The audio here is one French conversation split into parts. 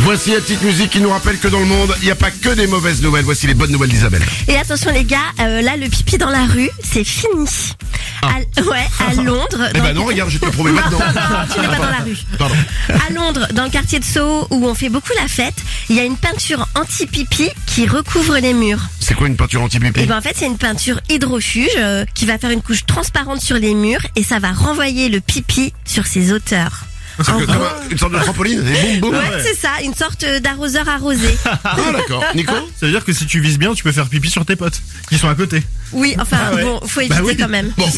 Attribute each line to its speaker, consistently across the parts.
Speaker 1: Voici la petite musique qui nous rappelle que dans le monde, il n'y a pas que des mauvaises nouvelles. Voici les bonnes nouvelles d'Isabelle.
Speaker 2: Et attention les gars, euh, là le pipi dans la rue, c'est fini. À- ouais, à Londres.
Speaker 1: Ah. Eh
Speaker 2: dans-
Speaker 1: ben non, regarde, je te le promets maintenant.
Speaker 2: tu n'es pas dans la rue.
Speaker 1: Pardon.
Speaker 2: À Londres, dans le quartier de Soho où on fait beaucoup la fête, il y a une peinture anti-pipi qui recouvre les murs.
Speaker 1: C'est quoi une peinture anti-pipi
Speaker 2: Et ben en fait, c'est une peinture hydrofuge euh, qui va faire une couche transparente sur les murs et ça va renvoyer le pipi sur ses auteurs.
Speaker 1: Ah, C'est que Ah comme un- une sorte de trampoline et boum boum.
Speaker 2: Ouais, c'est ça, une sorte euh, d'arroseur arrosé.
Speaker 1: Ah d'accord. Nico
Speaker 3: Ça veut dire que si tu vises bien, tu peux faire pipi sur tes potes qui sont à côté.
Speaker 2: Oui, enfin
Speaker 3: Ah ouais.
Speaker 2: bon, faut éviter
Speaker 3: Bah oui.
Speaker 2: quand même.
Speaker 1: Bon.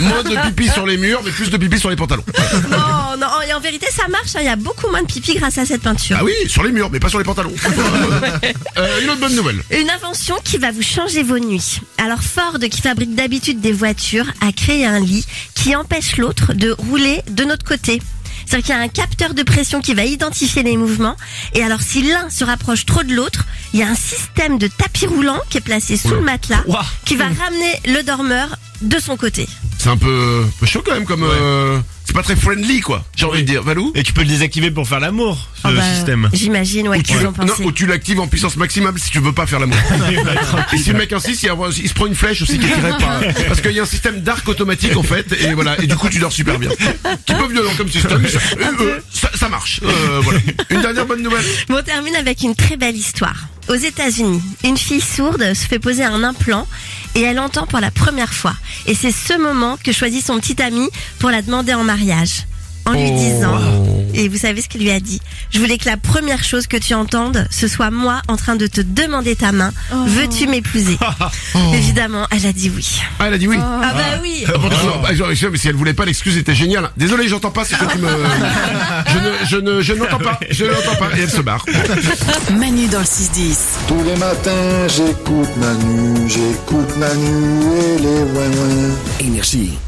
Speaker 1: Moins de pipi sur les murs, mais plus de pipi sur les pantalons.
Speaker 2: Non, non, et en vérité, ça marche. hein, Il y a beaucoup moins de pipi grâce à cette peinture.
Speaker 1: Ah oui, sur les murs, mais pas sur les pantalons. Euh, une autre bonne nouvelle.
Speaker 2: Une invention qui va vous changer vos nuits. Alors Ford, qui fabrique d'habitude des voitures, a créé un lit qui empêche l'autre de rouler de notre côté. C'est-à-dire qu'il y a un capteur de pression qui va identifier les mouvements. Et alors si l'un se rapproche trop de l'autre, il y a un système de tapis roulant qui est placé sous
Speaker 1: Oula.
Speaker 2: le matelas
Speaker 3: Ouah.
Speaker 2: qui va ramener le dormeur de son côté.
Speaker 1: C'est un peu, peu chaud quand même comme. euh, c'est pas très friendly quoi. J'ai envie de dire. Valou
Speaker 3: Et tu peux le désactiver pour faire l'amour, ce
Speaker 2: Ah bah,
Speaker 3: système.
Speaker 2: J'imagine, ouais, qu'ils ont
Speaker 1: Non,
Speaker 2: pensé.
Speaker 1: ou tu l'actives en puissance maximum si tu veux pas faire l'amour. Et si le mec insiste, il, il se prend une flèche aussi qui tirait pas. Parce qu'il y a un système d'arc automatique en fait, et voilà. Et du coup, tu dors super bien. C'est pas violent comme système. mais ça- euh, euh, ça, ça marche. Euh, voilà. Une dernière bonne nouvelle.
Speaker 2: Bon, on termine avec une très belle histoire. Aux États-Unis, une fille sourde se fait poser un implant et elle entend pour la première fois. Et c'est ce moment que choisit son petit ami pour la demander en mariage. En lui disant, et vous savez ce qu'il lui a dit, je voulais que la première chose que tu entendes, ce soit moi en train de te demander ta main, veux-tu m'épouser Évidemment, elle a dit oui.
Speaker 1: Ah, elle a dit oui.
Speaker 2: Ah bah oui
Speaker 1: Ah, pourtant, non, bah, genre, mais si elle voulait pas, l'excuse était géniale. Désolé, j'entends pas, c'est que tu me. Je ne, je ne, je n'entends pas, je n'entends pas, et elle se barre.
Speaker 4: Manu dans le 6-10.
Speaker 5: Tous les matins, j'écoute Manu, j'écoute Manu et les ouin-ouin. Énergie.